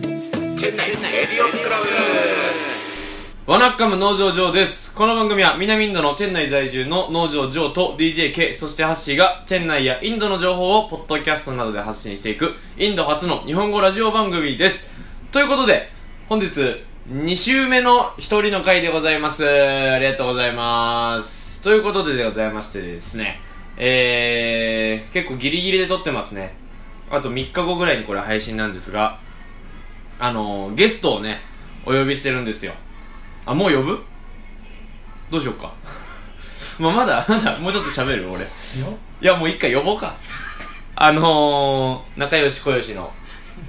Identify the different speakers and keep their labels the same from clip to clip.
Speaker 1: 店内エリオンクラブ
Speaker 2: ワナッカム農場ジョーです。この番組は南インドのチェン内在住の農場ジョーと DJK、そしてハッシーがチェン内やインドの情報をポッドキャストなどで発信していくインド初の日本語ラジオ番組です。ということで、本日2週目の一人の回でございます。ありがとうございます。ということででございましてですね、えー、結構ギリギリで撮ってますね。あと3日後ぐらいにこれ配信なんですが、あのー、ゲストをね、お呼びしてるんですよ。あ、もう呼ぶどうしようか。 まあ、まだ、まだ、もうちょっと喋る俺。いや、もう一回呼ぼうか。あのー、仲良し小良しの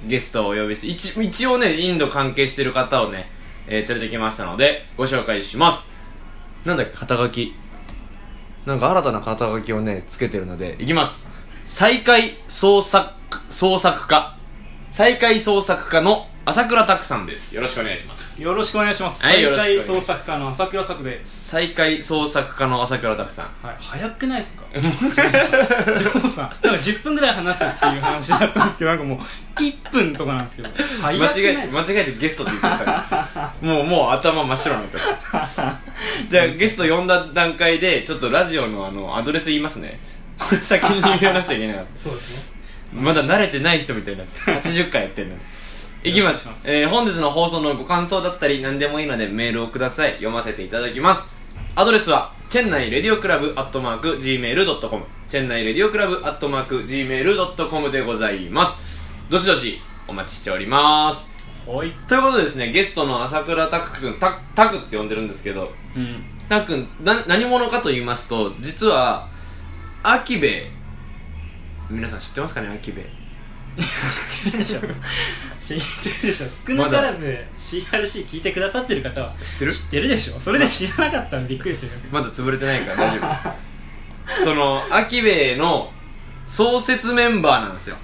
Speaker 2: ゲストをお呼びして、一一応ね、インド関係してる方をね、えー連れてきましたので、ご紹介します。なんだっけ、肩書き。なんか新たな肩書きをね、つけてるので、いきます。再開創作、創作家。再開創作家の朝倉拓さんです。よろしくお願いします。
Speaker 3: よろしくお願いします。
Speaker 2: はいよ
Speaker 3: 再
Speaker 2: ろしくお願い
Speaker 3: 開創作家の朝倉拓です。
Speaker 2: 再開創作家の朝倉拓さん。
Speaker 3: はい、早くない ですかジョーさん。なんか10分ぐらい話すっていう話だったんですけど、なんかもう1分とかなんですけど、早く
Speaker 2: 間
Speaker 3: ないで
Speaker 2: 違え
Speaker 3: す
Speaker 2: 間
Speaker 3: か
Speaker 2: 違えてゲストって言ってたからもうもう頭真っ白になってる じゃあゲスト呼んだ段階でちょっとラジオのあのアドレス言いますねこれ先に言わなくちゃいけなかっ
Speaker 3: そうですね。
Speaker 2: たまだ慣れてない人みたいになってる80回やってん のにいきま
Speaker 3: よろしくお願いしますす
Speaker 2: えー本日の放送のご感想だったり何でもいいのでメールをください読ませていただきますアドレスはチェンナイレディオクラブアットマーク Gmail.com チェンナイレディオクラブアットマーク Gmail.com でございますどしどしお待ちしております
Speaker 3: はい。
Speaker 2: ということでですね、ゲストの朝倉拓くん、たタクって呼んでるんですけど、
Speaker 3: うん。
Speaker 2: タクくん、な、何者かと言いますと、実は、アキベ、皆さん知ってますかね、アキベ。
Speaker 3: 知ってるでしょ。知ってるでしょ。少なからず CRC 聞いてくださってる方は
Speaker 2: 知ってる
Speaker 3: 知ってるでしょ。それで知らなかったのびっくりするよ。
Speaker 2: まだ潰れてないから大丈夫。 その、アキベの創設メンバーなんですよ。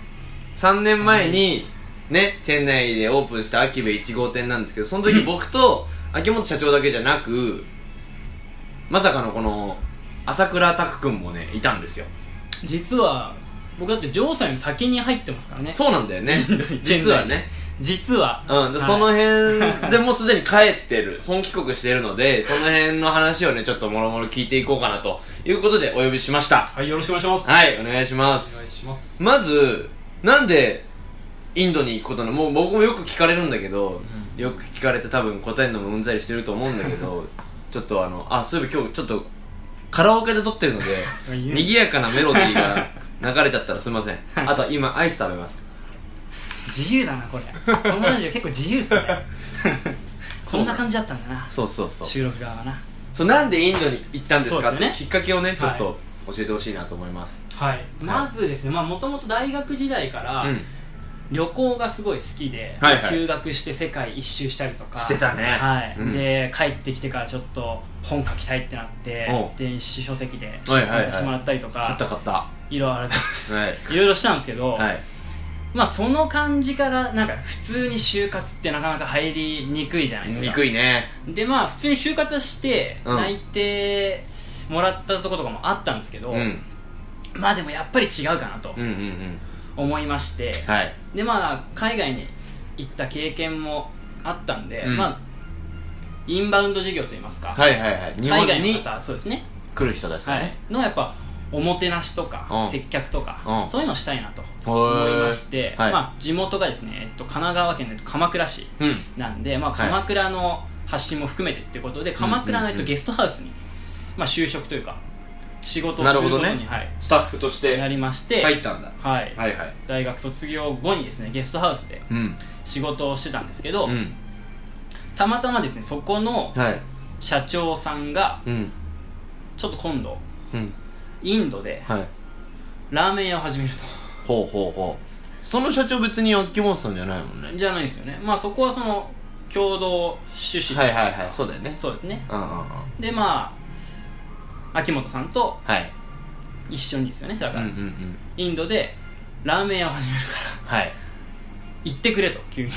Speaker 2: 3年前に、ね、チェン内でオープンしたアキベ1号店なんですけど、その時僕 と秋元社長だけじゃなく、まさかのこの、朝倉拓くんもね、いたんですよ。
Speaker 3: 実は、僕だってジョーさんより先に入ってますからね。
Speaker 2: そうなんだよ ね実はね
Speaker 3: 実は。
Speaker 2: うん、で
Speaker 3: はい
Speaker 2: その 辺でもうすでに帰ってる本帰国してるのでその辺の話をねちょっともろもろ聞いていこうかなということでお呼びしました
Speaker 3: はい、よろしくお願いします。
Speaker 2: はいお願いしま
Speaker 3: お
Speaker 2: す
Speaker 3: 願いします。
Speaker 2: まずなんでインドに行くことなのもう僕もよく聞かれるんだけど、よく聞かれて多分答えるのもうんざりしてると思うんだけど ちょっとあのあそういえば今日ちょっとカラオケで撮ってるので
Speaker 3: 言う
Speaker 2: 賑やかなメロディーが 流れちゃったらすいませんあとは今アイス食べます
Speaker 3: 自由だなこれこのラジオ結構自由っす ねこんな感じだったんだな
Speaker 2: そうそうそう
Speaker 3: 収録側はな
Speaker 2: そうなんでインドに行ったんですか
Speaker 3: そうで
Speaker 2: っ
Speaker 3: すよね
Speaker 2: てきっかけをねちょっ
Speaker 3: は
Speaker 2: と教えてほしいなと思います、
Speaker 3: はいまずですねもともと大学時代から
Speaker 2: うん
Speaker 3: 旅行がすごい好きで、
Speaker 2: はいはい
Speaker 3: 休学して世界一周したりとか
Speaker 2: してたね
Speaker 3: はい
Speaker 2: うん
Speaker 3: で帰ってきてからちょっと本書きたいってなって
Speaker 2: おう
Speaker 3: 電子書籍で出
Speaker 2: はいはいはい
Speaker 3: 版させてもらったりとか、
Speaker 2: 買った買ったはい
Speaker 3: ろいろあるんです、、
Speaker 2: はい
Speaker 3: ろいろしたんですけど、
Speaker 2: い
Speaker 3: まあその感じからなんか普通に就活ってなかなか入りにくいじゃないですか
Speaker 2: 憎いね
Speaker 3: でまあ普通に就活して
Speaker 2: うん
Speaker 3: 内定もらったとことかもあったんですけど、
Speaker 2: うん
Speaker 3: まあでもやっぱり違うかなと
Speaker 2: うんうんうん
Speaker 3: 思いまして、
Speaker 2: はい
Speaker 3: でまあ海外に行った経験もあったんで、
Speaker 2: うん
Speaker 3: まあインバウンド事業といいますか、
Speaker 2: はいはいはい日
Speaker 3: 海
Speaker 2: 本
Speaker 3: 外の
Speaker 2: に
Speaker 3: 方そうですね、
Speaker 2: 来る人たちだ
Speaker 3: はい
Speaker 2: ね、、
Speaker 3: のやっぱおもてなしと
Speaker 2: う
Speaker 3: か
Speaker 2: ん
Speaker 3: 接客とか、
Speaker 2: うん
Speaker 3: そういうのしたいなと
Speaker 2: ー
Speaker 3: 思いまして、
Speaker 2: はい
Speaker 3: まあ、地元がですね、えっと、神奈川県のえっと鎌倉市
Speaker 2: うん
Speaker 3: なんで、まあ、
Speaker 2: はい
Speaker 3: 鎌倉の発信も含めてっていうことで、鎌倉のえっ
Speaker 2: うんうん
Speaker 3: と
Speaker 2: うん
Speaker 3: ゲストハウスに、まあ、就職というか仕事を
Speaker 2: な
Speaker 3: す
Speaker 2: る
Speaker 3: る
Speaker 2: ほ
Speaker 3: こ
Speaker 2: ど
Speaker 3: と
Speaker 2: ね
Speaker 3: に、はい、
Speaker 2: スタッフとして
Speaker 3: なり
Speaker 2: 入
Speaker 3: まして、
Speaker 2: ったんだ
Speaker 3: はい
Speaker 2: はいはい
Speaker 3: 大学卒業後にですねゲストハウスで
Speaker 2: うん
Speaker 3: 仕事をしてたんですけど、
Speaker 2: うん
Speaker 3: たまたまですねそこの
Speaker 2: はい
Speaker 3: 社長さんが
Speaker 2: うん
Speaker 3: ちょっと今度
Speaker 2: うん
Speaker 3: インドで
Speaker 2: はい
Speaker 3: ラーメン屋を始めると。
Speaker 2: ほうほうほうその社長別に秋元さんじゃないもんね
Speaker 3: じゃないですよね、まあ、そこはその共同趣旨と
Speaker 2: はい
Speaker 3: いうん
Speaker 2: はい
Speaker 3: ですか
Speaker 2: はいそうだよね
Speaker 3: そうですね
Speaker 2: うんうんうん
Speaker 3: でまあ秋元さんと
Speaker 2: はい
Speaker 3: 一緒にですよねだ
Speaker 2: う
Speaker 3: か
Speaker 2: んう
Speaker 3: ら、
Speaker 2: んうん
Speaker 3: インドでラーメン屋を始めるから
Speaker 2: はい
Speaker 3: 行ってくれと 急に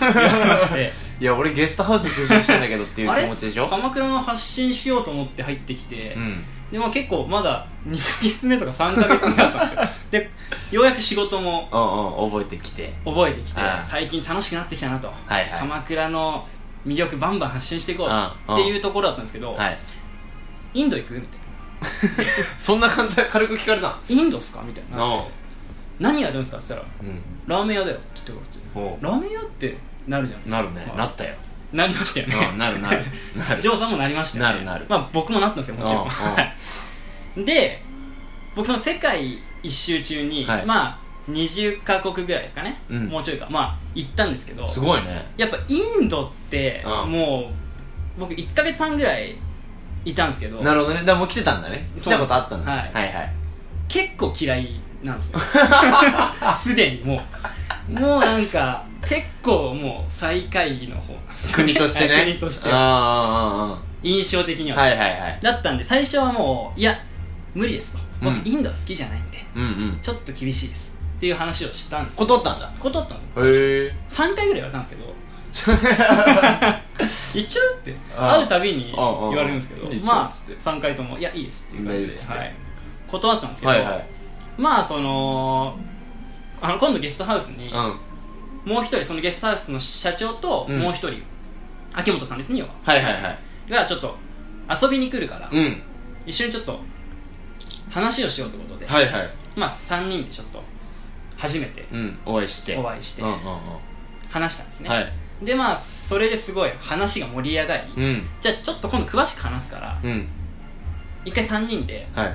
Speaker 3: 言われまして
Speaker 2: いや俺ゲストハウス就職してんだけどっていう
Speaker 3: あれ
Speaker 2: 気持ちでしょ
Speaker 3: 鎌倉の発信しようと思って入ってきて、
Speaker 2: うん
Speaker 3: でまあ結構まだ2ヶ月目とか3ヶ月目だったんですよでようやく仕事も
Speaker 2: うんうん覚えてきて
Speaker 3: 覚えてきて
Speaker 2: はい
Speaker 3: 最近楽しくなってきたなと、
Speaker 2: はいはい
Speaker 3: 鎌倉の魅力バンバン発信していこ
Speaker 2: う
Speaker 3: うんっていうところだったんですけど、
Speaker 2: はい
Speaker 3: インド行くみたいな
Speaker 2: そんな簡単軽く聞かれた
Speaker 3: インドっすかみたいな
Speaker 2: の
Speaker 3: 何やるんですかって言ったら
Speaker 2: う
Speaker 3: ラー
Speaker 2: ん
Speaker 3: メン屋だよって言ってこ
Speaker 2: ほ
Speaker 3: っちラーメン屋ってなるじゃないです
Speaker 2: な
Speaker 3: か
Speaker 2: るね
Speaker 3: はい
Speaker 2: なったよ
Speaker 3: なりましたよね、
Speaker 2: うんなるな るな る
Speaker 3: ジョーさんもなりましたよね
Speaker 2: なるなる
Speaker 3: まあ僕もなったんですよもちろん
Speaker 2: うんうん
Speaker 3: はい で僕その世界一周中に、
Speaker 2: はい
Speaker 3: まあ20カ国ぐらいですかね、
Speaker 2: うん
Speaker 3: もうちょいかまあ行ったんですけど
Speaker 2: すごいね
Speaker 3: やっぱインドって
Speaker 2: うん
Speaker 3: もう僕1ヶ月半ぐらいいたんですけど
Speaker 2: なるほどねだからもう来てたんだね来
Speaker 3: そう
Speaker 2: たことあったんだ
Speaker 3: はい
Speaker 2: はいはい
Speaker 3: 結構嫌いなん ですよすでにもうもうなんか結構もう最下位の方
Speaker 2: 国としてね
Speaker 3: 国として
Speaker 2: あ
Speaker 3: 印象的に
Speaker 2: ーあーあーあー
Speaker 3: は、
Speaker 2: はいはいはい
Speaker 3: だったんで最初はもういや無理ですと
Speaker 2: うん
Speaker 3: 僕インドは好きじゃないんで、
Speaker 2: うんうん
Speaker 3: ちょっと厳しいですっていう話をしたんです
Speaker 2: 断ったんだ
Speaker 3: 断ったんですよ最初
Speaker 2: へえ
Speaker 3: 3回ぐらい言われたんですけ ど行っちゃうって
Speaker 2: ああ
Speaker 3: 会うたびに言われるんですけど
Speaker 2: ああああ行っちゃう
Speaker 3: まあ
Speaker 2: っつって
Speaker 3: 3回とも「いやいいです」っていう感じ
Speaker 2: いい
Speaker 3: で
Speaker 2: ですって
Speaker 3: はい断ってたんですけど
Speaker 2: はいはい
Speaker 3: まあそのあの今度ゲストハウスに
Speaker 2: うん
Speaker 3: もう一人そのゲストハウスの社長と
Speaker 2: うん
Speaker 3: もう一人秋元さんですね要は
Speaker 2: はいはいはい
Speaker 3: がちょっと遊びに来るから
Speaker 2: うん
Speaker 3: 一緒にちょっと話をしようってことで
Speaker 2: はいはい
Speaker 3: まあ3人でちょっと初めて
Speaker 2: うんお会いして
Speaker 3: お会いして
Speaker 2: うんうんうん
Speaker 3: 話したんですね、
Speaker 2: はい
Speaker 3: でまあそれですごい話が盛り上がり、
Speaker 2: うん
Speaker 3: じゃあちょっと今度詳しく話すから、
Speaker 2: うん
Speaker 3: 一回3人で
Speaker 2: はい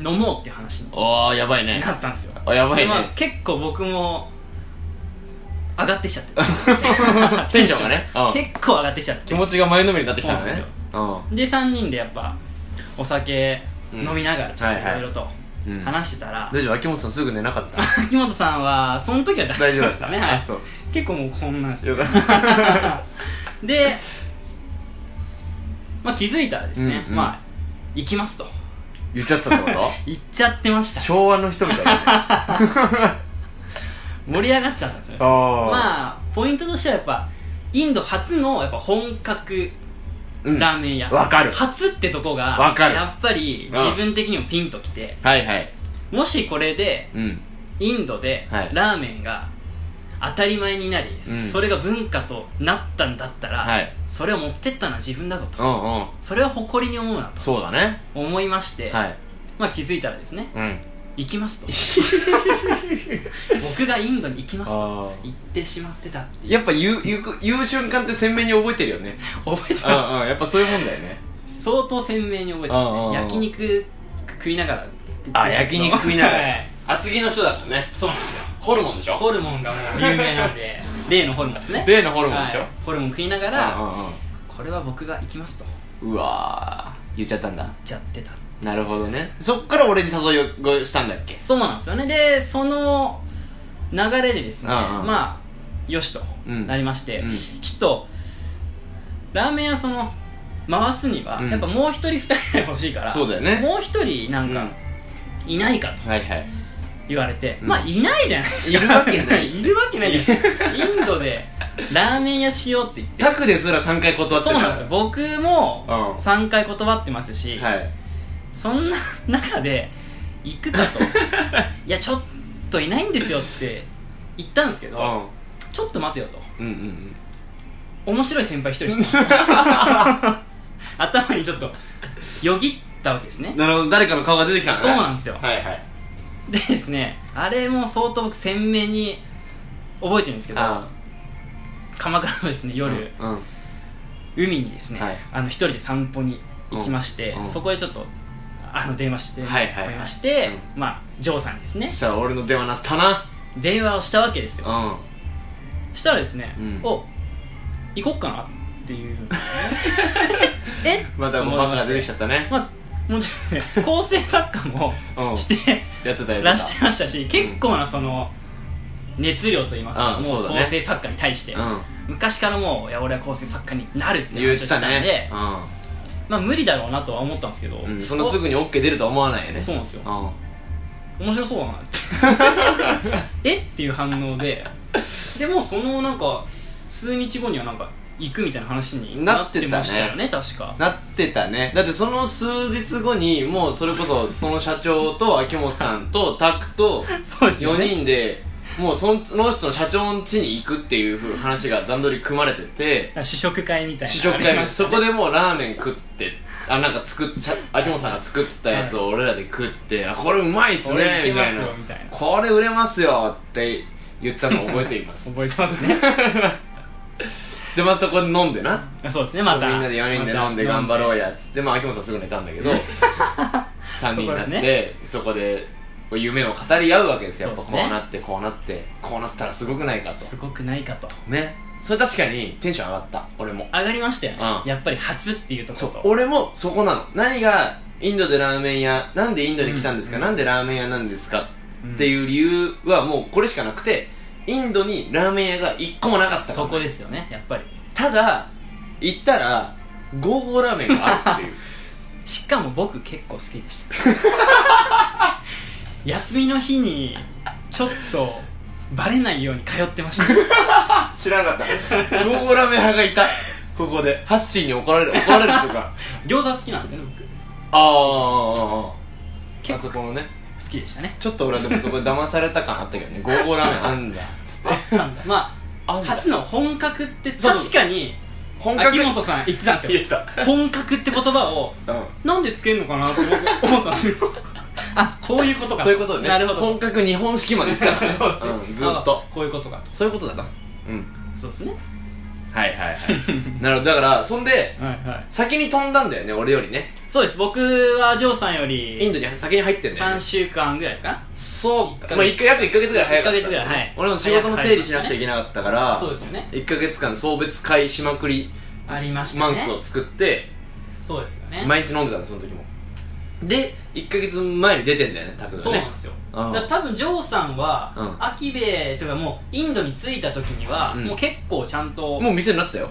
Speaker 3: 飲もうっていう話に
Speaker 2: おーやばいね
Speaker 3: なったんですよ
Speaker 2: あやばい
Speaker 3: で
Speaker 2: ね
Speaker 3: まあ結構僕も上がってきちゃって
Speaker 2: テンションがねうん
Speaker 3: 結構上がってきちゃって
Speaker 2: 気持ちが前のめりになってきたのね
Speaker 3: そう
Speaker 2: うんは
Speaker 3: で3人でやっぱお酒飲みながらちょっといろいろと
Speaker 2: いうん
Speaker 3: 話してたら、
Speaker 2: 大丈夫秋元さんすぐ寝なかった
Speaker 3: 秋元さんはその時は
Speaker 2: 大丈夫だった
Speaker 3: ね、はい
Speaker 2: あそう
Speaker 3: 結構もうこんなんですよ
Speaker 2: よかった
Speaker 3: で、まあ、気づいたらですね、
Speaker 2: うんうん
Speaker 3: まあ行きますと
Speaker 2: 言っちゃってたっ てこ
Speaker 3: 行っちゃってました
Speaker 2: と昭和の人みたいなね
Speaker 3: 盛り上がっちゃったんですよね
Speaker 2: あー
Speaker 3: まあポイントとしてはやっぱインド初のやっぱ本格
Speaker 2: うん
Speaker 3: ラーメン屋、
Speaker 2: わかる
Speaker 3: 初ってとこが
Speaker 2: わかる
Speaker 3: やっぱり
Speaker 2: うん
Speaker 3: 自分的にもピンときて、
Speaker 2: はいはい
Speaker 3: もしこれで
Speaker 2: うん
Speaker 3: インドで
Speaker 2: はい
Speaker 3: ラーメンが当たり前になり、
Speaker 2: ん
Speaker 3: それが文化となったんだったら、
Speaker 2: はい
Speaker 3: それを持ってったのは自分だぞと
Speaker 2: うんうん
Speaker 3: それは誇りに思うなと
Speaker 2: そうだね
Speaker 3: 思いまして、
Speaker 2: はい
Speaker 3: まあ気づいたらですね
Speaker 2: うん
Speaker 3: 行き ますと僕がインドに行きますと
Speaker 2: あ
Speaker 3: 行ってしまってたっていう
Speaker 2: やっぱ言う言う言う瞬間って鮮明に覚えてるよね
Speaker 3: 覚えて
Speaker 2: うん
Speaker 3: ま
Speaker 2: うんやっぱそういうもんだよね
Speaker 3: す相当鮮明に覚えて
Speaker 2: うんうん
Speaker 3: ま
Speaker 2: う
Speaker 3: す
Speaker 2: ん
Speaker 3: ね焼肉食いながらって言って
Speaker 2: あ焼肉食いなが
Speaker 3: は
Speaker 2: ら厚木の人だからね
Speaker 3: そうなんですよ
Speaker 2: ホルモンでしょ
Speaker 3: ホルモンがもう有名なんで例のホルモンですね
Speaker 2: 例のホルモンでしょ
Speaker 3: はいホルモン食いなが
Speaker 2: うん
Speaker 3: ら
Speaker 2: うんうん
Speaker 3: これは僕が行きますと
Speaker 2: うわー言っちゃったんだ
Speaker 3: 言っちゃってた
Speaker 2: なるほどねそっから俺に誘いをしたんだっけ
Speaker 3: そうなんですよねでその流れでですね、
Speaker 2: うんうん
Speaker 3: まあよしと
Speaker 2: うん
Speaker 3: なりまして、
Speaker 2: うん
Speaker 3: ちょっとラーメン屋その回すには、
Speaker 2: うん
Speaker 3: やっぱもう一人二人が欲しいから
Speaker 2: そうだよね
Speaker 3: もう一人なんか、いないかと
Speaker 2: はいはい
Speaker 3: 言われて、
Speaker 2: うん
Speaker 3: まあいないじゃないですか
Speaker 2: いるわけない
Speaker 3: いるわけないじゃんインドでラーメン屋しようって言って
Speaker 2: タクですら3回断っ
Speaker 3: そ
Speaker 2: て
Speaker 3: うな
Speaker 2: るか
Speaker 3: ん
Speaker 2: ら
Speaker 3: ですよ僕も
Speaker 2: うん
Speaker 3: 3回断ってますし、
Speaker 2: はい
Speaker 3: そんな中で行くか といやちょっといないんですよって言ったんですけど、ちょっと待てよと
Speaker 2: うんうんうん
Speaker 3: 面白い先輩一人知ってます 頭にちょっとよぎったわけですね
Speaker 2: なるほど誰かの顔が出てきたのね
Speaker 3: そうなんですよ
Speaker 2: はいはい
Speaker 3: でですねあれも相当僕鮮明に覚えてるんですけど
Speaker 2: あ
Speaker 3: 鎌倉のですね夜、
Speaker 2: うんうん
Speaker 3: 海にですね、
Speaker 2: はい
Speaker 3: あの一人で散歩に行きまして、
Speaker 2: うんうん
Speaker 3: そこでちょっとあの電話して
Speaker 2: はいはいはい
Speaker 3: 思いまして、
Speaker 2: う
Speaker 3: まあジョーさんですね
Speaker 2: そしたら俺の電話鳴ったな
Speaker 3: 電話をしたわけですよ
Speaker 2: うん
Speaker 3: したらですね、
Speaker 2: うん
Speaker 3: お行こっかなっていう え
Speaker 2: またもうバカが出てきちゃったね
Speaker 3: まあもちろんですね構成作家も
Speaker 2: うん
Speaker 3: して
Speaker 2: やってたや
Speaker 3: らっ
Speaker 2: つ
Speaker 3: しゃいましたし結構なその熱量といいますか、
Speaker 2: うん
Speaker 3: も
Speaker 2: そううだ
Speaker 3: 構
Speaker 2: ね
Speaker 3: 成作家に対して、
Speaker 2: うん
Speaker 3: 昔からもういや俺は構成作家になるって
Speaker 2: 言
Speaker 3: 話
Speaker 2: っ
Speaker 3: をしてた
Speaker 2: た
Speaker 3: んで、
Speaker 2: ね
Speaker 3: まあ無理だろうなとは思ったんですけど、
Speaker 2: うんうんそのすぐに OK 出るとは思わないよね
Speaker 3: そうなんですよ
Speaker 2: うん
Speaker 3: お面白そうだなって えっていう反応ででもうそのなんか数日後にはなんか行くみたいな話に
Speaker 2: な
Speaker 3: な
Speaker 2: っ
Speaker 3: って
Speaker 2: た
Speaker 3: て
Speaker 2: ね
Speaker 3: ましたよね確か
Speaker 2: なってたねだってその数日後にもうそれこそその社長と秋元さんとタク と
Speaker 3: そうですよ
Speaker 2: 4
Speaker 3: ね
Speaker 2: 人でもうその人の社長の家に行くっていうふう話が段取り組まれてて
Speaker 3: 試食会みたいな
Speaker 2: 試食
Speaker 3: あり
Speaker 2: 会
Speaker 3: ま
Speaker 2: も
Speaker 3: し
Speaker 2: そこでもうラーメン食ってあなんか作っ社秋元さんが作ったやつを俺らで食って、あこれうまいっす
Speaker 3: た
Speaker 2: ね
Speaker 3: 俺行け
Speaker 2: み
Speaker 3: ま
Speaker 2: たい
Speaker 3: す
Speaker 2: な
Speaker 3: よみたいな
Speaker 2: これ売れますよって言ったのを覚えてい ます
Speaker 3: 覚えてますね
Speaker 2: でまあそこで飲んでな
Speaker 3: そうですねまた
Speaker 2: みんなで4人で飲んで頑張ろうやっつって、まあ、秋元さんすぐ寝たんだ けど3人になっ
Speaker 3: そこ
Speaker 2: てそこでこう夢を語り合うわけですよやっぱ
Speaker 3: そ
Speaker 2: こ
Speaker 3: う
Speaker 2: う
Speaker 3: ですね
Speaker 2: なってこうなってこうなったらすごくないかと
Speaker 3: すごくないかと
Speaker 2: ねそれ確かにテンション上がった俺も
Speaker 3: 上がりましたよね、
Speaker 2: うん
Speaker 3: やっぱり初っていうとこ
Speaker 2: そ
Speaker 3: ろ
Speaker 2: う
Speaker 3: と
Speaker 2: 俺もそこなの何がインドでラーメン屋なんでインドに来たんですか、なんでラーメン屋なんですかって
Speaker 3: う
Speaker 2: いう理由はもうこれしかなくてインドにラーメン屋が一個もなかった
Speaker 3: ん
Speaker 2: の
Speaker 3: そこですよねやっぱり
Speaker 2: ただ行ったらゴーゴーラーメンがあるっていう
Speaker 3: しかも僕結構好きでした 休みの日にちょっとバレないように通ってました
Speaker 2: 知らなかった ゴーゴーラーメン派がいたここでハッシーに怒られる怒られるとか
Speaker 3: 餃子好きなんですよね僕
Speaker 2: あああ
Speaker 3: 結
Speaker 2: そこのね
Speaker 3: 好きでしたね
Speaker 2: ちょっと俺はでもそこで騙された感あったけどねゴーゴーラーメンあんだつって
Speaker 3: なんだま
Speaker 2: あ
Speaker 3: あ
Speaker 2: んだ
Speaker 3: 初の本格って
Speaker 2: そうそう
Speaker 3: 確かに
Speaker 2: 本
Speaker 3: 秋元さん言ってたんですよ
Speaker 2: 言ってた
Speaker 3: 本格って言葉を
Speaker 2: うん
Speaker 3: なんでつけるのかなと僕思ったん ですよあこういうことか
Speaker 2: そういうことね
Speaker 3: なるほど
Speaker 2: 本格日本式まで言って たからねうんずっと
Speaker 3: あこういうことかと
Speaker 2: そういうことだなうん
Speaker 3: そうですね
Speaker 2: はいはいはい なるほどだからそんで
Speaker 3: はいはい
Speaker 2: 先に飛んだんだよね俺よりね
Speaker 3: そうです僕はジョーさんよ
Speaker 2: イン
Speaker 3: り
Speaker 2: ドに先に入ってんだよね
Speaker 3: 3週間ぐらいですか
Speaker 2: そう
Speaker 3: 一ヶ月
Speaker 2: まあ一回約1ヶ月ぐらい早かった
Speaker 3: 一ヶ月ぐらいはい
Speaker 2: 俺も仕事の整理しなくちゃいけなかったから
Speaker 3: そうですよね
Speaker 2: 1ヶ月間送別会しまくり
Speaker 3: ありましたね
Speaker 2: マンスを作って
Speaker 3: そうですよね
Speaker 2: 毎日飲んでたのその時もで1ヶ月前に出てんだよねタクがね
Speaker 3: そうなんですよだ
Speaker 2: うん
Speaker 3: から多分ジョーさんは、
Speaker 2: うん
Speaker 3: アキベというかもうインドに着いた時には、
Speaker 2: うん
Speaker 3: もう結構ちゃんと
Speaker 2: もう店になってたよ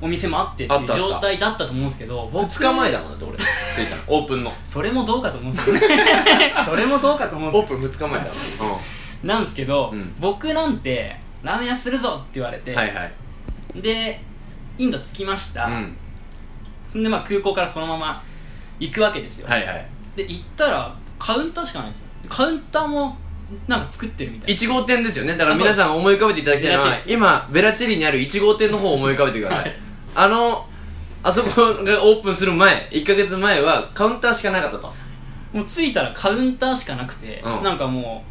Speaker 3: お店もあってって
Speaker 2: あっ
Speaker 3: いう
Speaker 2: たあった
Speaker 3: 状態だったと思うんですけど僕
Speaker 2: 2日前だもんだって 俺着いたのオープンの
Speaker 3: それもどうかと思うんです よねそれもどうかと思うんで
Speaker 2: オープン2日前だもん
Speaker 3: すなんですけど、
Speaker 2: うん
Speaker 3: 僕なんてラーメン屋するぞって言われて、
Speaker 2: はいはい
Speaker 3: でインド着きました、
Speaker 2: うん
Speaker 3: でまあ空港からそのまま行くわけですよ、
Speaker 2: はいはい
Speaker 3: で行ったらカウンターしかないんですよカウンターもなんか作ってるみたいな
Speaker 2: 1号店ですよねだから皆さん思い浮かべていただきたいの
Speaker 3: ベ
Speaker 2: は
Speaker 3: ラチェリ
Speaker 2: 今ベラチェリにある1号店の方を思い浮かべてくださいあのあそこがオープンする前1ヶ月前はカウンターしかなかったと
Speaker 3: もう着いたらカウンターしかなくて、
Speaker 2: うん
Speaker 3: なんかも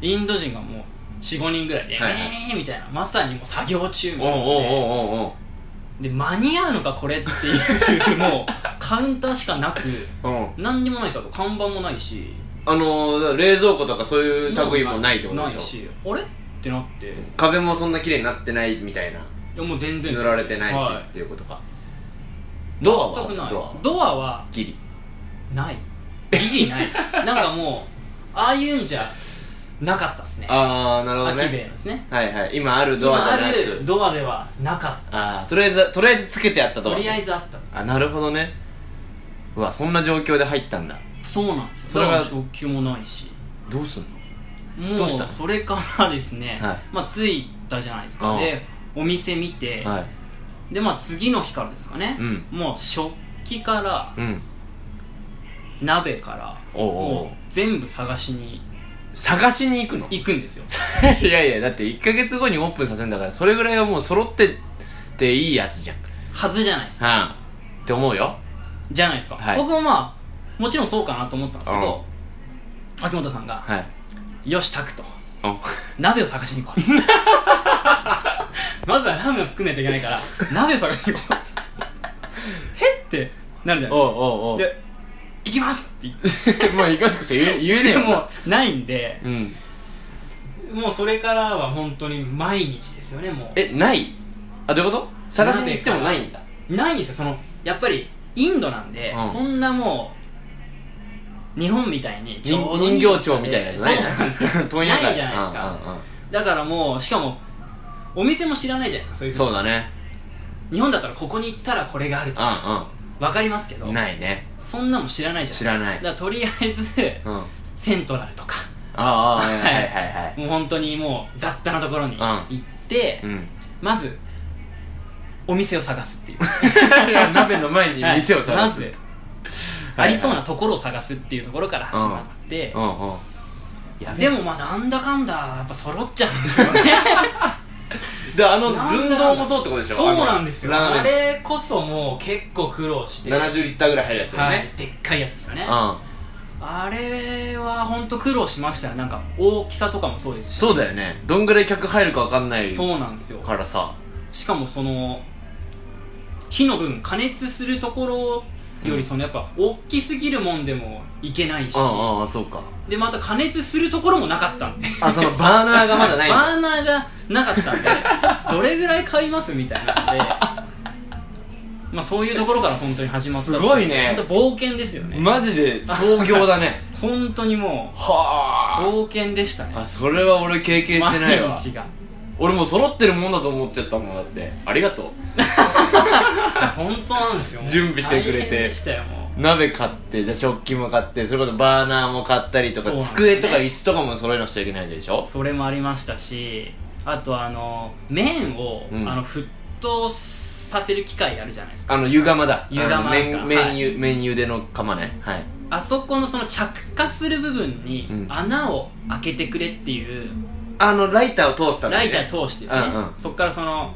Speaker 3: うインド人がもう45人ぐらいで、
Speaker 2: はいはい
Speaker 3: えーみたいなまさにもう作業中み
Speaker 2: おう
Speaker 3: たいな
Speaker 2: おうおうおうおう
Speaker 3: で間に合うのかこれっていうもう カウンターしかなく
Speaker 2: うん
Speaker 3: 何にもないしあと看板もないし
Speaker 2: あのー、冷蔵庫とかそういう類もないってこと
Speaker 3: ない
Speaker 2: でしょ
Speaker 3: しあれってなってい
Speaker 2: 壁もそんな綺麗になってないみたいな
Speaker 3: やもう全然
Speaker 2: 塗られてないし、
Speaker 3: は
Speaker 2: っていうことかドア
Speaker 3: 全くな
Speaker 2: はいドアは
Speaker 3: ドアは
Speaker 2: ギリ
Speaker 3: ないギリ ないなんかもうああいうんじゃなかったっすね
Speaker 2: ああなるほ
Speaker 3: ア
Speaker 2: ど
Speaker 3: キベイ
Speaker 2: ね
Speaker 3: のですね
Speaker 2: はいはい今あるドアじ
Speaker 3: 今
Speaker 2: ゃ
Speaker 3: あ
Speaker 2: な
Speaker 3: る
Speaker 2: く
Speaker 3: ドアではなかっ
Speaker 2: ああとりあえずとりあえずつけてあった
Speaker 3: た
Speaker 2: ドア
Speaker 3: とりあえ
Speaker 2: ず
Speaker 3: ずあった
Speaker 2: あなるほどねうわそんな状況で入ったんだ
Speaker 3: そうなんですよ
Speaker 2: それが
Speaker 3: だから食器もないし
Speaker 2: どうすんの
Speaker 3: もう
Speaker 2: どうしたの
Speaker 3: それからですね、
Speaker 2: はい
Speaker 3: まあ着いたじゃないです
Speaker 2: う
Speaker 3: か
Speaker 2: ん
Speaker 3: でお店見て、
Speaker 2: はい
Speaker 3: でまあ次の日からですかね、
Speaker 2: うん
Speaker 3: もう食器から
Speaker 2: うん
Speaker 3: 鍋から
Speaker 2: おうおうおう
Speaker 3: もう全部探しに
Speaker 2: 探しに行くの
Speaker 3: 行くんですよ
Speaker 2: いやいやだって1ヶ月後にオープンさせんだからそれぐらいはもう揃ってていいやつじゃん
Speaker 3: はずじゃないですか
Speaker 2: はあって思うよ
Speaker 3: じゃないですか、
Speaker 2: はい
Speaker 3: 僕もまあもちろんそうかなと思ったんですけど、秋元さんが
Speaker 2: はい
Speaker 3: 「よし炊く」と
Speaker 2: お
Speaker 3: 「鍋を探しに 行こう」まずはラーメンを作んないといけないから鍋を探しに行こうへってなるじゃないで
Speaker 2: おうおうおう
Speaker 3: すかで「行きます!」って言っ
Speaker 2: まあいかしくし言え 言えねえ
Speaker 3: て
Speaker 2: よ
Speaker 3: もうないんで
Speaker 2: うん
Speaker 3: もうそれからは本当に毎日ですよねも
Speaker 2: えないあどういうこと探しに行ってもないんだ
Speaker 3: うないんですよそのやっぱりインドなんで、
Speaker 2: うん
Speaker 3: そんなもう日本みたいにち
Speaker 2: 人
Speaker 3: ょうどい
Speaker 2: 人
Speaker 3: い
Speaker 2: 形町みたいなやつない
Speaker 3: そうなんですよ
Speaker 2: 問屋街
Speaker 3: ないじゃないですか
Speaker 2: うんうんうん
Speaker 3: だからもうしかもお店も知らないじゃないですかそういうの
Speaker 2: そうだね
Speaker 3: 日本だったらここに行ったらこれがあるとか
Speaker 2: う
Speaker 3: 分かりますけど
Speaker 2: んうんないね
Speaker 3: そんなもん知らないじゃないです
Speaker 2: 知らない
Speaker 3: だからとりあえず
Speaker 2: うんあ
Speaker 3: セントラルとか
Speaker 2: あはいは
Speaker 3: はいい
Speaker 2: はいはい
Speaker 3: もう本当にもう雑多なところに
Speaker 2: ん
Speaker 3: 行って、
Speaker 2: うん
Speaker 3: まずお店を探すっ ていう
Speaker 2: 鍋の前に店を
Speaker 3: はいま
Speaker 2: 探す、
Speaker 3: ずありそうなところを探すっていうところから始まって、
Speaker 2: うんうんやべ
Speaker 3: でもまあなんだかんだやっぱ揃っちゃうんですよね
Speaker 2: であの
Speaker 3: なんだ
Speaker 2: 寸胴 もそうってことでしょ
Speaker 3: そうなんですよ
Speaker 2: あの
Speaker 3: あ
Speaker 2: ラーメ
Speaker 3: れこそもう結構苦労して
Speaker 2: ン70リッターぐらい入るやつだよ
Speaker 3: はい
Speaker 2: ね、
Speaker 3: でっかいやつですよね
Speaker 2: うん
Speaker 3: あれは本当苦労しましたよなんか大きさとかもそうですし
Speaker 2: そうだよねどんぐらい客入るか分かんない
Speaker 3: そうなんですよ
Speaker 2: からさ
Speaker 3: しかもその火の分加熱するところよりそのやっぱ大きすぎるもんでもいけないし、
Speaker 2: あああそうか
Speaker 3: でまた加熱するところもなかったんで
Speaker 2: あそのバーナーがまだない
Speaker 3: バーナーがなか ったんでどれぐらい買いますみたいなのでまあそういうところから本当に始まった
Speaker 2: すごいね
Speaker 3: 本当冒険ですよね、
Speaker 2: マジで創業だ ね
Speaker 3: 本当にもう
Speaker 2: は
Speaker 3: 冒険でしたね
Speaker 2: あそれは俺経験してないわ
Speaker 3: 毎日が
Speaker 2: 俺もう揃ってるもんだと思っちゃったもんだってありがと
Speaker 3: 本当なんですよ
Speaker 2: 準備してくれて
Speaker 3: 大変でしたよも
Speaker 2: う鍋買ってじゃあ食器も買ってそれこそバーナーも買ったりとか、
Speaker 3: そうなんですね
Speaker 2: 机とか椅子とかも揃えなくちゃいけないでしょ
Speaker 3: うそれもありましたしあとあの麺を、
Speaker 2: うん
Speaker 3: あの沸騰させる機械あるじゃないですか
Speaker 2: あの湯釜だ
Speaker 3: 湯釜
Speaker 2: あの
Speaker 3: ですか
Speaker 2: 麺
Speaker 3: はい
Speaker 2: 麺湯麺湯での釜ねはい
Speaker 3: あそこのその着火する部分に
Speaker 2: うん
Speaker 3: 穴を開けてくれっていう
Speaker 2: あのライターを通すため
Speaker 3: ラ
Speaker 2: に
Speaker 3: イ
Speaker 2: ね
Speaker 3: ター通してですね、
Speaker 2: うんうん
Speaker 3: そこからその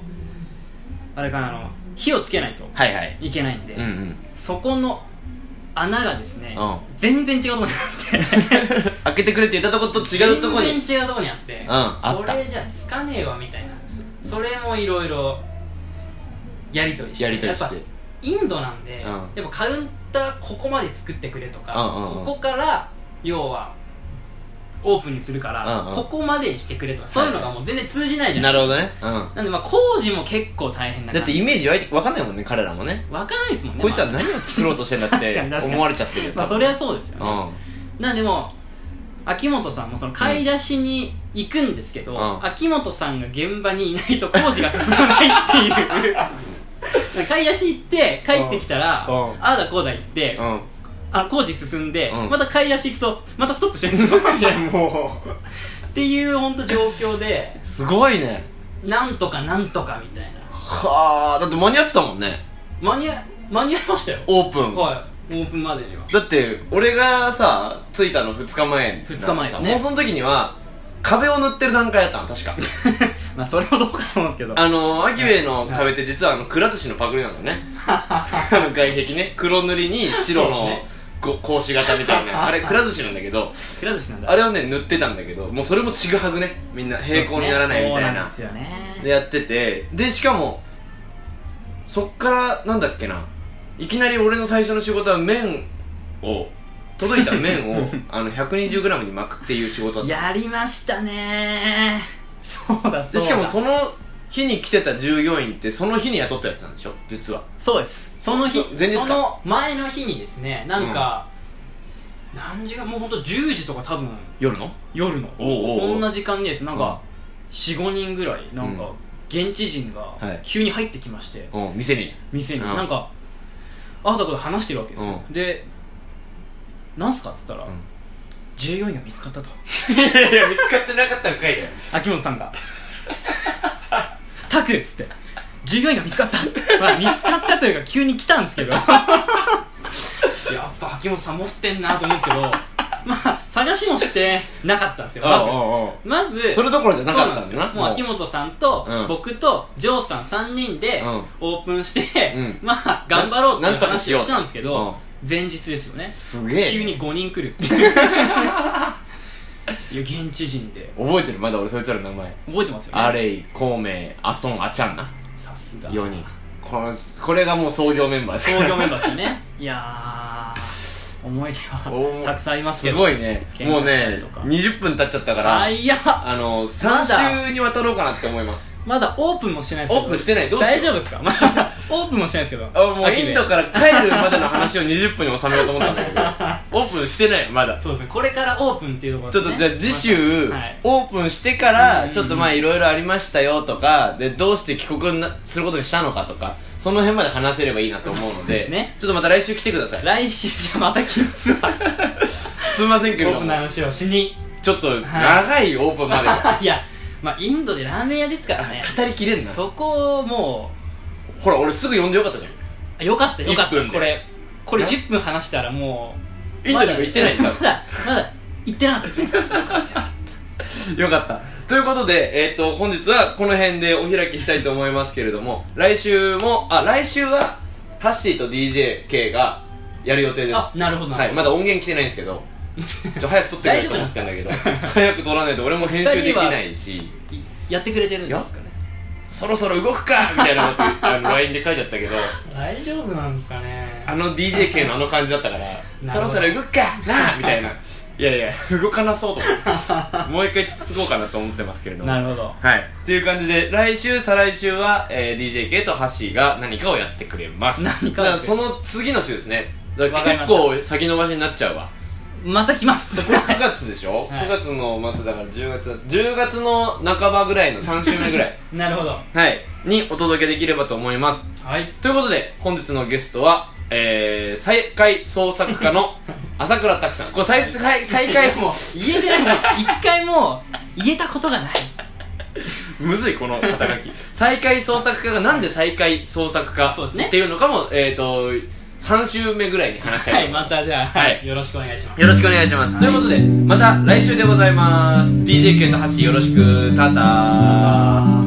Speaker 3: あれかなあの火をつけないと
Speaker 2: はいはい
Speaker 3: いけないんで、
Speaker 2: うんうん
Speaker 3: そこの穴がですね、
Speaker 2: うん
Speaker 3: 全然違うところにあって
Speaker 2: 開けてくれって言ったとこと違うとこに
Speaker 3: 全然違うとこにあって、
Speaker 2: んあった
Speaker 3: これじゃつかねえわみたいなそれもいろいろやりとりして
Speaker 2: やりとり
Speaker 3: や
Speaker 2: し
Speaker 3: ってぱインドなんで、
Speaker 2: ん
Speaker 3: やっぱカウンターここまで作ってくれとか、
Speaker 2: うんうんうん
Speaker 3: ここから要はオープンにするから、
Speaker 2: うんうん
Speaker 3: ここまでにしてくれとかそういうのがもう全然通じないじゃな
Speaker 2: ないるほどねうん
Speaker 3: なんでまあ工事も結構大変な
Speaker 2: だ
Speaker 3: 感
Speaker 2: って
Speaker 3: じ
Speaker 2: イメージ湧いてわかんないもんね彼らもね
Speaker 3: わかんないですもんね
Speaker 2: こいつは
Speaker 3: ま
Speaker 2: 何を作ろうとしてんだっ
Speaker 3: 確
Speaker 2: て
Speaker 3: かに確かに
Speaker 2: 思われちゃってるよ
Speaker 3: あまあそれはそうですよ
Speaker 2: う
Speaker 3: ね、
Speaker 2: ん
Speaker 3: なんでもう秋元さんもその買い出しに行くんですけど、
Speaker 2: うん
Speaker 3: 秋元さんが現場にいないと工事が進まない っていう買い出し行って帰ってきたら、
Speaker 2: うんうん
Speaker 3: ああだこうだ言って、
Speaker 2: うん
Speaker 3: あ工事進んで、
Speaker 2: うん
Speaker 3: また買い出し行くとまたストップしてる のっ
Speaker 2: も
Speaker 3: ていう本当状況で
Speaker 2: うすごいね
Speaker 3: なんとかなんとかみたいな
Speaker 2: はあだって間に合ってたもんね
Speaker 3: 間に合間に合いましたよ、
Speaker 2: オープン
Speaker 3: はいオープンまでには
Speaker 2: だって俺がさ着いたの2日前
Speaker 3: 二日前ですね
Speaker 2: もうその時には壁を塗ってる段階だったの 確か
Speaker 3: まあそれもどうかと思うんですけど
Speaker 2: あのアキベイの壁って実はあのくら寿司のパクリなんだよねあの外壁ね黒塗りに白
Speaker 3: そう
Speaker 2: の
Speaker 3: ね
Speaker 2: こ格子型みたいなあれくら寿司なんだけど
Speaker 3: くら寿司なんだ
Speaker 2: あれをね塗ってたんだけどもうそれもちぐはぐねみんな平行にならないみたいな
Speaker 3: そうなんですよね
Speaker 2: でやっててでしかもそっからなんだっけないきなり俺の最初の仕事は麺を届い た麺をあの 120g に巻くっていう仕事だった
Speaker 3: やりましたねそうだそう
Speaker 2: で
Speaker 3: だ
Speaker 2: しかもその日に来てた従業員ってその日に雇ったやつなんでしょ実は
Speaker 3: そうですその日
Speaker 2: そ前日か
Speaker 3: その前の日にですねなんか、何時がもうほんと10時とか多分
Speaker 2: 夜の
Speaker 3: 夜の
Speaker 2: おうおうおう
Speaker 3: そんな時間にですなんか、45人ぐらいなんか、
Speaker 2: うん
Speaker 3: 現地人が
Speaker 2: はい
Speaker 3: 急に入ってきまして、
Speaker 2: うん 店に
Speaker 3: 店に、
Speaker 2: うん
Speaker 3: なんかあなたこと話してるわけですよ、
Speaker 2: う
Speaker 3: でなんすかっつったら、
Speaker 2: うん
Speaker 3: 従業員が見つかったと
Speaker 2: いやいや見つかってなかったんかいだよ
Speaker 3: 秋元さんが 「タク!」っつって従業員が見つかった、まあ、見つかったというか急に来たんです けどやっぱ秋元さん持ってんなと思うんですけどまあ探しもしてなかったんですよまずまず
Speaker 2: それどころじゃなかったん
Speaker 3: そう
Speaker 2: だよな
Speaker 3: もう秋元さんと
Speaker 2: うん
Speaker 3: 僕とジョーさん3人で
Speaker 2: うん
Speaker 3: オープンして、
Speaker 2: うん
Speaker 3: まあ頑張ろうってい
Speaker 2: な
Speaker 3: うん
Speaker 2: とかし
Speaker 3: 話
Speaker 2: よ
Speaker 3: を
Speaker 2: う
Speaker 3: したんですけど、
Speaker 2: うん
Speaker 3: 前日ですよね
Speaker 2: すげえ
Speaker 3: 急に5人来るって いういや現地人で
Speaker 2: 覚えてるまだ俺そいつらの名前
Speaker 3: 覚えてますよね
Speaker 2: アレイ孔明アソンアチャンな
Speaker 3: さすが
Speaker 2: 4人このこれがもう創業メンバーです
Speaker 3: 創 業メンバーですよねいやー思い出はたくさんありますけ
Speaker 2: す
Speaker 3: ど
Speaker 2: ご
Speaker 3: い
Speaker 2: いね
Speaker 3: 見
Speaker 2: も
Speaker 3: 学
Speaker 2: う
Speaker 3: した
Speaker 2: ね
Speaker 3: りとか
Speaker 2: 20分経っちゃったから
Speaker 3: あいや
Speaker 2: あの3週にわたろうかなって思います
Speaker 3: まだオープンもしてないですけ
Speaker 2: オ
Speaker 3: ど
Speaker 2: ープンしてないどうしよう
Speaker 3: 大丈夫 ですかまだオープンもしてないですけど
Speaker 2: あもうインド
Speaker 3: 秋で
Speaker 2: から帰るまでの話を20分に収めようと思ったんだけど オープンしてないまだ
Speaker 3: そうですねこれからオープンっていうところ
Speaker 2: ち
Speaker 3: で
Speaker 2: ょっ
Speaker 3: す
Speaker 2: と
Speaker 3: ね
Speaker 2: じゃあ次週、
Speaker 3: はい
Speaker 2: オープンしてか
Speaker 3: う
Speaker 2: ら
Speaker 3: ん
Speaker 2: ちょっとまあいろいろありましたよとかでどうして帰国なすることにしたのかとかその辺まで話せればいいなと思うの
Speaker 3: そうで
Speaker 2: です
Speaker 3: ね
Speaker 2: ちょっとまた来週来てください
Speaker 3: 来週じゃあまた来ますわ
Speaker 2: すみません
Speaker 3: オ
Speaker 2: けれ
Speaker 3: ー
Speaker 2: ど
Speaker 3: プンの
Speaker 2: も
Speaker 3: 話をしに
Speaker 2: ちょっと長いオープンまで
Speaker 3: いやまあインドでラーメン屋ですからね
Speaker 2: 語りきれんな
Speaker 3: そこをもう
Speaker 2: ほら俺すぐ呼んでよかったじゃん
Speaker 3: あよかったよかっ
Speaker 2: 1分
Speaker 3: た
Speaker 2: で
Speaker 3: これこれ
Speaker 2: な
Speaker 3: 10分話したらもう
Speaker 2: インドにも行ってないん
Speaker 3: ま
Speaker 2: だ
Speaker 3: だまだまだ行ってなかったですね
Speaker 2: よかった。ということで、えっ、と、本日はこの辺でお開きしたいと思いますけれども、来週も、あ、来週は、ハッシーと DJK がやる予定 です。
Speaker 3: あなるほどな
Speaker 2: は
Speaker 3: る
Speaker 2: い、
Speaker 3: ほ
Speaker 2: ま
Speaker 3: ど
Speaker 2: だ音源来てないんですけ ど、ちょ、早く撮ってくれと思ってんだけど、早く撮らないと俺も編集できないし、
Speaker 3: やってくれてるんですかね
Speaker 2: そろそろ動くかみたいなこと言ってあの LINE で書いてあったけど、
Speaker 3: 大丈夫なんですかね
Speaker 2: あの DJK のあの感じだったから、
Speaker 3: ど
Speaker 2: そろそろ動くかなあ みたいな。いやいや、動かなそうと思って、もう一回つつこうかなと思ってますけれども。
Speaker 3: なるほど
Speaker 2: はい。っていう感じで、来週、再来週は、えー DJK とハッシーが何かをやってくれます。
Speaker 3: 何かをや
Speaker 2: だら
Speaker 3: って
Speaker 2: その次の週ですね。だか
Speaker 3: わからり
Speaker 2: 結
Speaker 3: ました
Speaker 2: 構先延ばしになっちゃうわ。
Speaker 3: また来 ます
Speaker 2: これ9月でしょ、
Speaker 3: はい
Speaker 2: ?9 月の末だから10月、10月の半ばぐらいの3週目ぐら い。
Speaker 3: なるほど
Speaker 2: はい。にお届けできればと思います。
Speaker 3: はい
Speaker 2: ということで、本日のゲストは、えー、再開創作家 の朝倉拓さん。これ再、再再開、
Speaker 3: もう言えてないもう一回もう言えたことがない
Speaker 2: むずいこの肩書き再開創作家がなんで再開創作家
Speaker 3: そうですね
Speaker 2: っていうのかもえっ、と3週目ぐらいに話した
Speaker 3: はいい
Speaker 2: と
Speaker 3: またじゃあ
Speaker 2: はい
Speaker 3: よろしくお願いします
Speaker 2: よろしくお願いします、ということでまた来週でございます DJK とハッシーよろしくタター